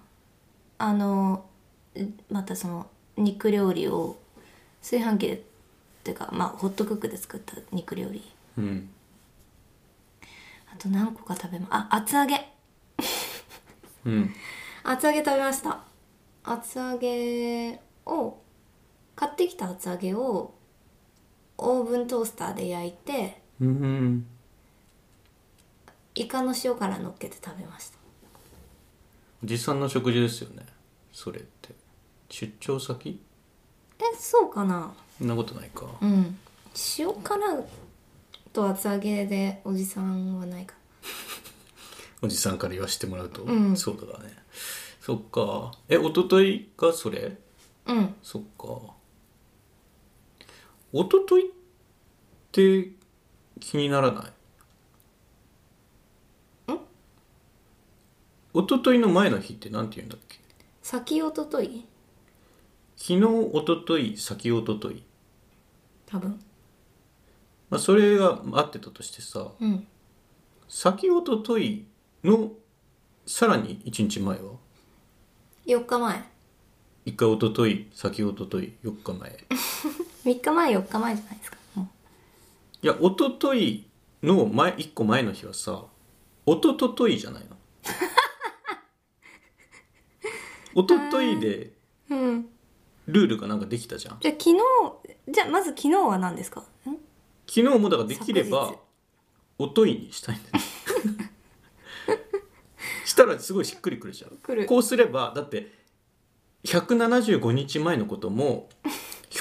Speaker 2: あのまたその肉料理を炊飯器でっていうかまあホットクックで作った肉料理
Speaker 1: うん
Speaker 2: あと何個か食べまあ厚揚げ
Speaker 1: うん
Speaker 2: 厚揚げ食べました厚揚げを買ってきた厚揚げをオーブントースターで焼いて
Speaker 1: うん
Speaker 2: イカの塩辛乗っけて食べました
Speaker 1: 実際の食事ですよねそれって出張先
Speaker 2: えそうかな
Speaker 1: そんなことないか
Speaker 2: うん塩辛と厚揚げでおじさんはないか
Speaker 1: おじさんから言わせてもらうと、
Speaker 2: うん
Speaker 1: そうだからねそっかえ一昨日がそれ
Speaker 2: うん
Speaker 1: そっか一昨日って気にならない一昨日の前の日って何て言うんだっけ
Speaker 2: 先一昨日
Speaker 1: 昨日一昨日先一昨日
Speaker 2: 多分
Speaker 1: まあそれが合ってたとしてさ
Speaker 2: うん
Speaker 1: 先一昨日のさらに1日前は
Speaker 2: 4日前
Speaker 1: 一回一昨日先一昨日4日前
Speaker 2: 3日前4日前じゃないですかもう
Speaker 1: いや一昨日の前1個前の日はさ一昨日じゃないの一昨日で
Speaker 2: うん
Speaker 1: ルールがなんかできたじゃん
Speaker 2: じゃあ昨日じゃあまず昨日は何ですかん
Speaker 1: 昨日もだからできれば
Speaker 2: 昨
Speaker 1: おといにしたいんだよ したらすごいしっくりくるじゃん
Speaker 2: 来る
Speaker 1: こうすればだって175日前のことも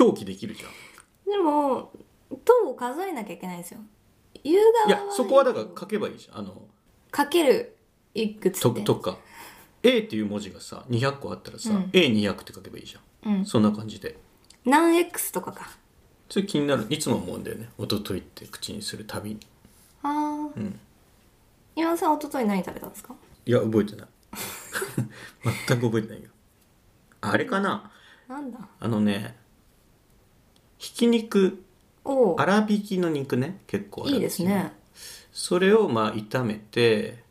Speaker 1: 表記できるじゃん
Speaker 2: でも等を数えなきゃいけないんですよ言う
Speaker 1: い
Speaker 2: 側
Speaker 1: やそこはだから書けばいいじゃんあの
Speaker 2: かけるいくつ
Speaker 1: と
Speaker 2: って
Speaker 1: とか A っていう文字がさ200個あったらさ、
Speaker 2: うん
Speaker 1: A200 って書けばいいじゃ
Speaker 2: うん
Speaker 1: んそんな感じで
Speaker 2: 何 X とかか
Speaker 1: それ気になるいつも思うんだよね一昨日って口にするたびに
Speaker 2: あ
Speaker 1: う
Speaker 2: あ、
Speaker 1: ん
Speaker 2: 今田さん一昨日何食べたんですか
Speaker 1: いや覚えてない 全く覚えてないよあれかな
Speaker 2: なんだ
Speaker 1: あのねひき肉
Speaker 2: おお
Speaker 1: 粗挽きの肉ね結構粗挽き
Speaker 2: い
Speaker 1: の
Speaker 2: いですね
Speaker 1: それをまあ炒めて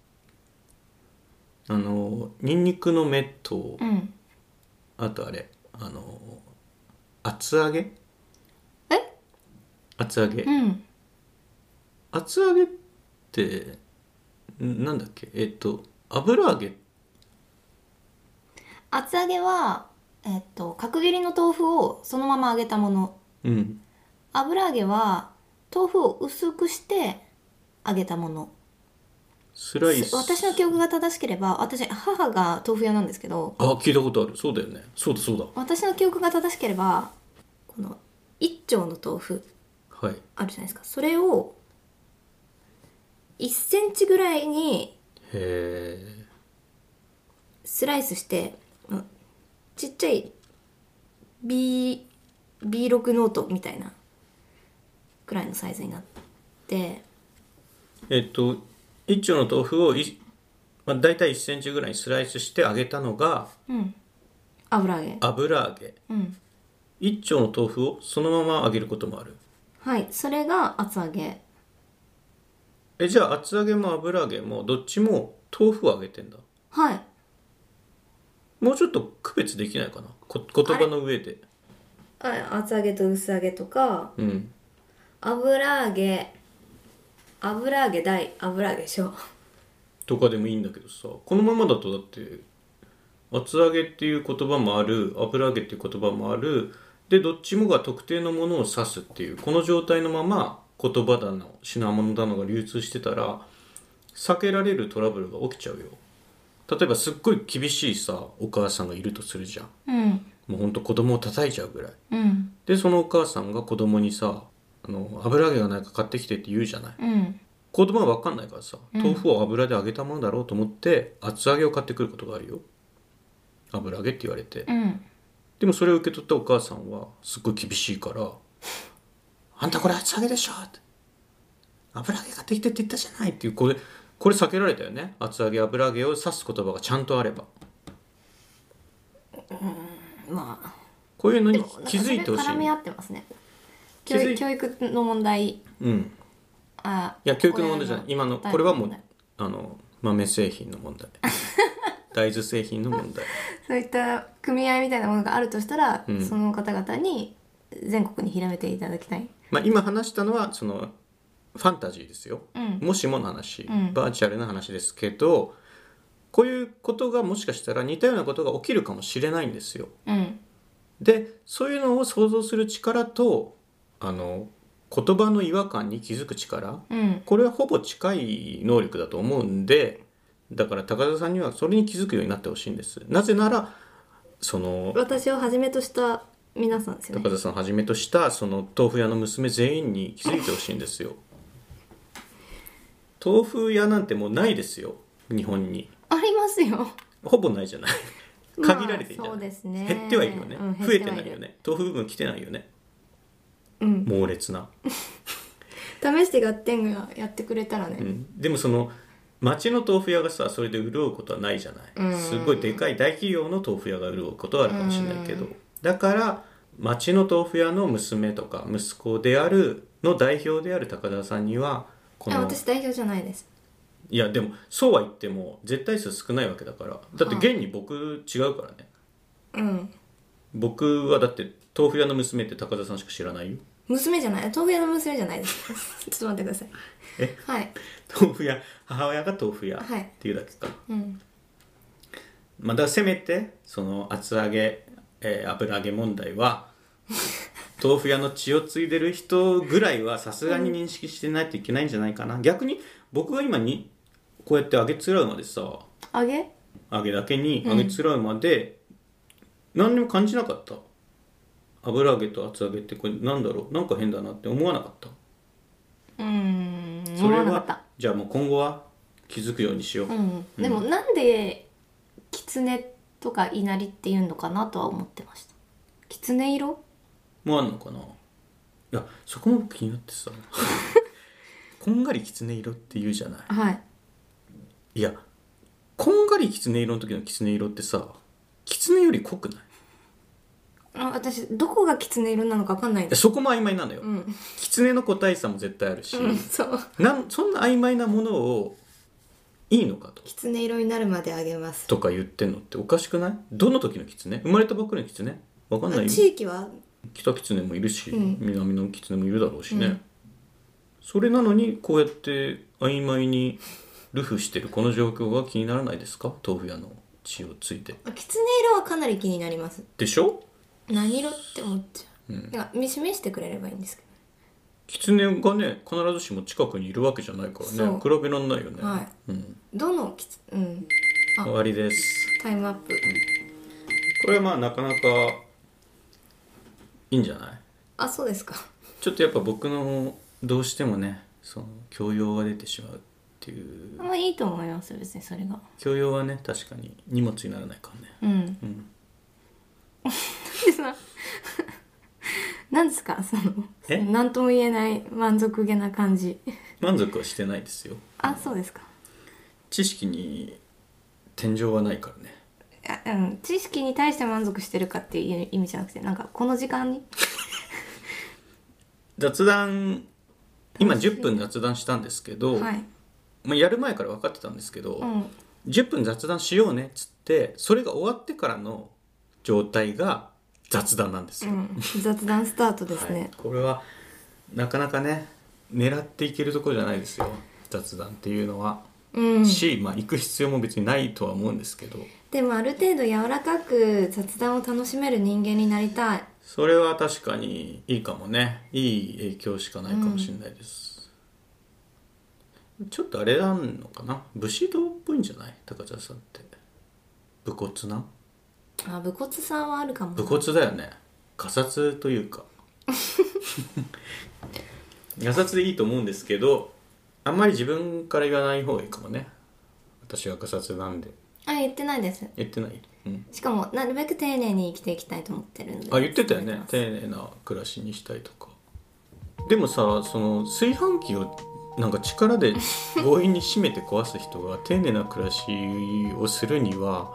Speaker 1: あのニンニクの芽と、
Speaker 2: うん
Speaker 1: あとあれあの厚揚げ
Speaker 2: え
Speaker 1: 厚揚げ、
Speaker 2: うん
Speaker 1: 厚揚げってんなんだっけえっと油揚げ
Speaker 2: 厚揚げはえっと角切りの豆腐をそのまま揚げたもの
Speaker 1: うん
Speaker 2: 油揚げは豆腐を薄くして揚げたもの
Speaker 1: スライス
Speaker 2: 私の記憶が正しければ私母が豆腐屋なんですけど
Speaker 1: あ聞いたことあるそうだよねそうだそうだ
Speaker 2: 私の記憶が正しければこの一丁の豆腐
Speaker 1: はい
Speaker 2: あるじゃないですかそれを1センチぐらいに
Speaker 1: へえ
Speaker 2: スライスしてうんちっちゃい B B6 ノートみたいなぐらいのサイズになって
Speaker 1: えっと一丁の豆腐をい、まあ、大体1センチぐらいにスライスして揚げたのが
Speaker 2: うん油揚げ
Speaker 1: 油揚げ
Speaker 2: うん
Speaker 1: 一丁の豆腐をそのまま揚げることもある
Speaker 2: はいそれが厚揚げ
Speaker 1: えじゃあ厚揚げも油揚げもどっちも豆腐を揚げてんだ
Speaker 2: はい
Speaker 1: もうちょっと区別できないかなこ言葉の上で
Speaker 2: あ厚揚げと薄揚げとか
Speaker 1: うん
Speaker 2: 油揚げ油揚げ大油揚げ小
Speaker 1: とかでもいいんだけどさこのままだとだって厚揚げっていう言葉もある油揚げっていう言葉もあるでどっちもが特定のものを指すっていうこの状態のまま言葉だの品物だのが流通してたら避けられるトラブルが起きちゃうよ例えばすっごい厳しいさお母さんがいるとするじゃん
Speaker 2: うん
Speaker 1: もうほんと子供を叩いちゃうぐらい
Speaker 2: うん
Speaker 1: でそのお母さんが子供にさあの油揚げがないか買ってきてって言うじゃない
Speaker 2: うん
Speaker 1: 子供は分かんないからさ豆腐を油で揚げたものだろうと思って、厚揚げを買ってくることがあるよ油揚げって言われて、
Speaker 2: うん
Speaker 1: でもそれを受け取ったお母さんはすっごい厳しいから「あんたこれ厚揚げでしょ」って「油揚げ買ってきてって言ったじゃない」っていうこれこれ避けられたよね厚揚げ油揚げを指す言葉がちゃんとあれば
Speaker 2: まあ
Speaker 1: こういうの
Speaker 2: で
Speaker 1: に
Speaker 2: もなんか
Speaker 1: 気づいてほしい
Speaker 2: それ絡み合ってますね
Speaker 1: 気づ
Speaker 2: 教
Speaker 1: い
Speaker 2: 教育の問題
Speaker 1: うん
Speaker 2: あ
Speaker 1: いや教育の問題じゃない今の
Speaker 2: 大
Speaker 1: これはもう
Speaker 2: 問題
Speaker 1: あの豆製品の問題大豆製品の問 題
Speaker 2: そういった組合みたいなものがあるとしたら、
Speaker 1: うん
Speaker 2: その方々に全国に広めていただきたい
Speaker 1: まあ今話したのはそのファンタジーですよ、
Speaker 2: うん
Speaker 1: もしもの話、
Speaker 2: ん
Speaker 1: バーチャルな話ですけどこういうことがもしかしたら似たようなことが起きるかもしれないんですよ
Speaker 2: うん
Speaker 1: でそういうのを想像する力とあの言葉の違和感に気づく力
Speaker 2: うん
Speaker 1: これはほぼ近い能力だと思うんでだから高田さんにはそれに気づくようになってほしいんですなぜならその
Speaker 2: 私をはじめとした皆さんですよ
Speaker 1: 高
Speaker 2: ね
Speaker 1: 田さんをはじめとしたその豆腐屋の娘全員に気づいてほしいんですよ豆腐屋なんてもうないですよ日本に
Speaker 2: ありますよ
Speaker 1: ほぼないじゃない
Speaker 2: まあ
Speaker 1: 限られていた、
Speaker 2: そうですね
Speaker 1: 減ってはいるよね、
Speaker 2: うん
Speaker 1: 増え
Speaker 2: 減っててはいる
Speaker 1: ないよね豆腐部分来てないよね、
Speaker 2: うん
Speaker 1: 猛烈な、
Speaker 2: 試してガッテンがやってくれたらね、
Speaker 1: うん、でもその町の豆腐屋がさそれで潤うことはないじゃない、
Speaker 2: うん
Speaker 1: すごいでかい大企業の豆腐屋が潤うことはあるかもしれないけど、だから町の豆腐屋の娘とか息子であるの代表である高田さんにはこ
Speaker 2: あ
Speaker 1: の
Speaker 2: 私代表じゃないです
Speaker 1: いやでもそうは言っても絶対数少ないわけだからだって現に僕違うからね、
Speaker 2: うん
Speaker 1: 僕はだって豆腐屋の娘って高田さんしか知らないよ
Speaker 2: 娘じゃない豆腐屋の娘じゃないです ちょっと待ってください
Speaker 1: え
Speaker 2: はい
Speaker 1: 豆腐屋母親が豆腐屋
Speaker 2: はい
Speaker 1: っていうだけか、
Speaker 2: うん
Speaker 1: まあ、だからせめてその厚揚げ、えー油揚げ問題 は豆腐屋の血を継いでる人ぐらいはさすがに認識してないといけないんじゃないかな、逆に僕が今にこうやって揚げつらうまでさ
Speaker 2: 揚げ
Speaker 1: 揚げだけに揚げつらうまで何にも感じなかった、油揚げと厚揚げってこれなんだろうなんか変だなって思わなかった
Speaker 2: うーん
Speaker 1: そ
Speaker 2: 思
Speaker 1: れ
Speaker 2: わ
Speaker 1: は
Speaker 2: なかった
Speaker 1: じゃあもう今後は気づくようにしよう、
Speaker 2: うんでもなんで狐とか稲荷っていうのかなとは思ってました狐色
Speaker 1: もうあんのかないやそこも気になって さこんがりきつね色って言うじゃな
Speaker 2: はい
Speaker 1: いいやこんがりきつね色の時のきつね色ってさきつねより濃くない
Speaker 2: あ私どこが狐色なのか分かんない
Speaker 1: い
Speaker 2: ん
Speaker 1: や
Speaker 2: です
Speaker 1: そこも曖昧なのよ、
Speaker 2: うん
Speaker 1: きつねの個体差も絶対あるし、
Speaker 2: うん そう
Speaker 1: なんそんな曖昧なものをいいのかと
Speaker 2: 狐色になるまであげます
Speaker 1: とか言ってんのっておかしくないどの時のきつね生まれたばっかりのきつねわかんないよ
Speaker 2: 地域は
Speaker 1: 北キツネもいるし、
Speaker 2: うん
Speaker 1: 南のキツネもいるだろうしね、
Speaker 2: うん
Speaker 1: それなのにこうやって曖昧にルフしてるこの状況が気にならないですか豆腐屋の血をついて
Speaker 2: 狐色はかなり気になります
Speaker 1: でしょ
Speaker 2: 何色って思っちゃう、だから見示してくれればいいんですけ
Speaker 1: キツネがね必ずしも近くにいるわけじゃないからね比
Speaker 2: そ
Speaker 1: べらんないよね、
Speaker 2: どはい
Speaker 1: うん、
Speaker 2: どのきつうんあ
Speaker 1: 終わりです
Speaker 2: タイムアップ
Speaker 1: これはまあなかなかいいんじゃない
Speaker 2: あそうですか
Speaker 1: ちょっとやっぱ僕のどうしてもねその教養が出てしまうっていう
Speaker 2: まあいいと思います別にそれが
Speaker 1: 教養はね確かに荷物にならないからね
Speaker 2: うん、 なんですかその
Speaker 1: え
Speaker 2: 何とも言えない満足げな感じ
Speaker 1: 満足はしてないですよ
Speaker 2: あそうですか
Speaker 1: 知識に天井はないからね
Speaker 2: あうん、知識に対して満足してるかっていう意味じゃなくてなんかこの時間に
Speaker 1: 雑談今
Speaker 2: 楽しい
Speaker 1: 10分雑談したんですけど、
Speaker 2: はい、
Speaker 1: まあ、やる前から分かってたんですけど、
Speaker 2: うん、
Speaker 1: 10分雑談しようねっつってそれが終わってからの状態が雑談なんです
Speaker 2: う
Speaker 1: よ、
Speaker 2: ん、雑談スタートです
Speaker 1: はい
Speaker 2: ね、
Speaker 1: これはなかなかね狙っていけるところじゃないですよ雑談っていうのは、
Speaker 2: うん
Speaker 1: し、まあ、行く必要も別にないとは思うんですけど
Speaker 2: でもある程度柔らかく雑談を楽しめる人間になりたい
Speaker 1: それは確かにいいかもねいい影響しかないかもしれないです、ちょっとあれなのかな武士道っぽいんじゃない高田さんって武骨な
Speaker 2: あ武骨さんはあるかも
Speaker 1: 武骨だよね仮殺というか仮殺でいいと思うんですけどあんまり自分から言わない方がいいかもね私は仮殺なんで
Speaker 2: あ言ってないです
Speaker 1: 言ってない、うん、
Speaker 2: しかもなるべく丁寧に生きていきたいと思ってるんで
Speaker 1: あ言ってたよ
Speaker 2: 伝え
Speaker 1: ね
Speaker 2: ます
Speaker 1: 丁寧な暮らしにしたいとかでもさその炊飯器をなんか力で強引に締めて壊す人が丁寧な暮らしをするには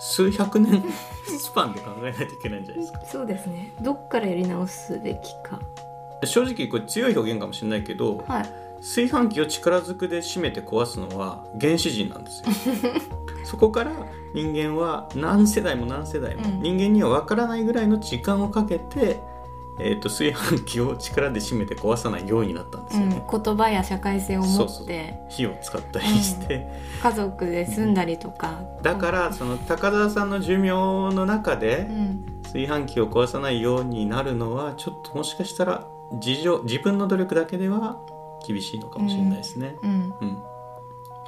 Speaker 1: 数百年 スパンで考えないといけないんじゃないですか
Speaker 2: そうですねどっからやり直すべきか
Speaker 1: 正直これ強い表現かもしれないけど
Speaker 2: はい
Speaker 1: 炊飯器を力ずくで締めて壊すのは原始人なん ですよそこから人間は何世代も何世代も、
Speaker 2: うん
Speaker 1: 人間には分からないぐらいの時間をかけて、えー、と炊飯器を力で締めて壊さないようになったんですよ
Speaker 2: うん、
Speaker 1: ね、
Speaker 2: 言葉や社会性を持って
Speaker 1: そうそう火を使ったりして、
Speaker 2: 家族で住んだりとか、
Speaker 1: だからその高田さんの寿命の中で
Speaker 2: うん、
Speaker 1: 炊飯器を壊さないようになるのはちょっともしかしたら事情自分の努力だけでは厳しいのかもしれないですね、
Speaker 2: うん、
Speaker 1: うん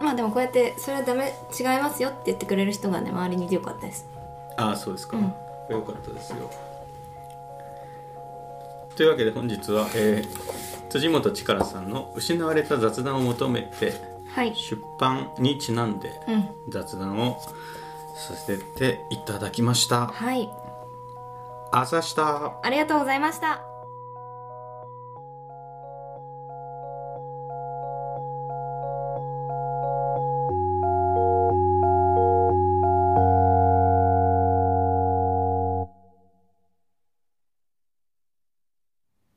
Speaker 2: まあでもこうやってそれはダメ違いますよって言ってくれる人がね周りにいてよかったです
Speaker 1: ああそうですか、
Speaker 2: うん
Speaker 1: よかったですよというわけで本日は、えー辻元力さんの「失われた雑談を求めて
Speaker 2: はい」
Speaker 1: 出版にちなんで
Speaker 2: うん
Speaker 1: 雑談をさせていただきました
Speaker 2: はい
Speaker 1: あざした
Speaker 2: ありがとうございました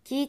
Speaker 2: 聞い